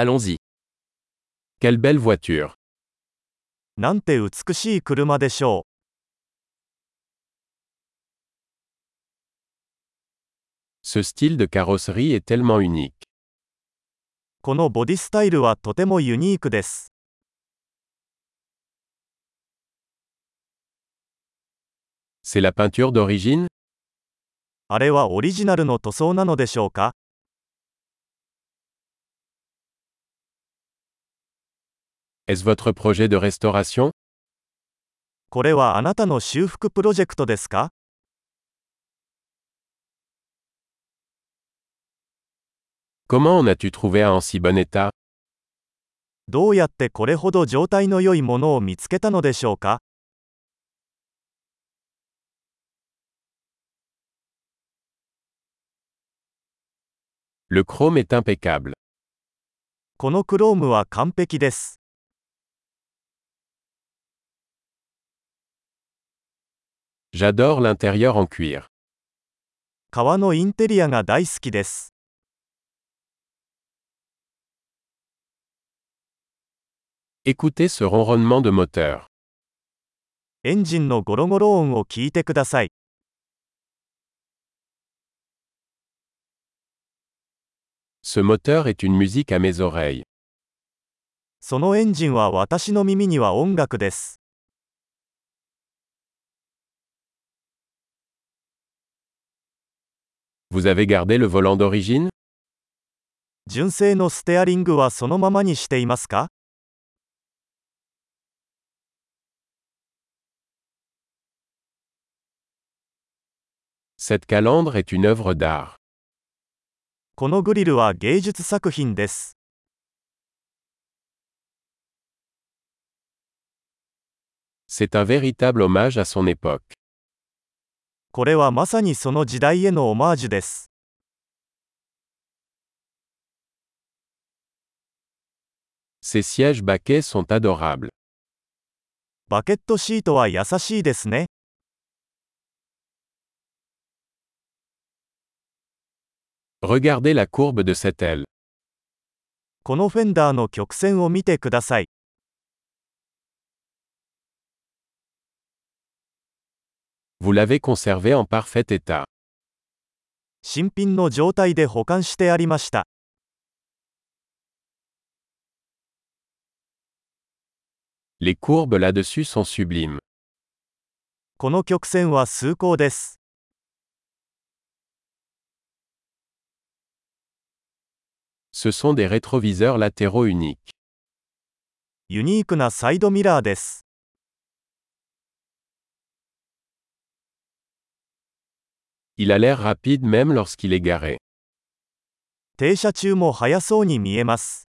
Allons-y. Quelle belle voiture. なんて美しい車でしょ Ce style de carrosserie est tellement unique. う。このボディスタイルはとてもユニークです。 C'est la peinture d'origine あれはオリジナルの塗装なのでしょうか Est-ce votre projet de restauration これはあなたの修復プロジェクトですか Comment en as-tu trouvé un en si bon état どうやってこれほど状態の良いものを見つけたのでしょうか Le chrome est impeccable. このクロームは完璧です。 J'adore l'intérieur en cuir. 革のインテリアが大好きです。 Écoutez ce ronronnement de moteur. エンジンのゴロゴロ音を聞いてください。 Ce moteur est une musique à mes oreilles. そのエンジンは私の耳には音楽です。 Vous avez gardé le volant d'origine 純正のステアリングはそのままにしていますか Cette calandre est une œuvre d'art. このグリルは芸術作品です。 C'est un véritable hommage à son époque. これはまさにその時代へのオマージュです。 Ces sièges baquets sont adorables. バケットシートは優しいですね。 Regardez la courbe de cette aile. このフェンダーの曲線を見てください。 Vous l'avez conservé en parfait état. 新品の状態で保管してありました。 Les courbes là-dessus sont sublimes. この曲線は崇高です。 Ce sont des rétroviseurs latéraux uniques. ユニークなサイドミラーです。 Il a l'air rapide même lorsqu'il est garé. 停車中も速そうに見えます。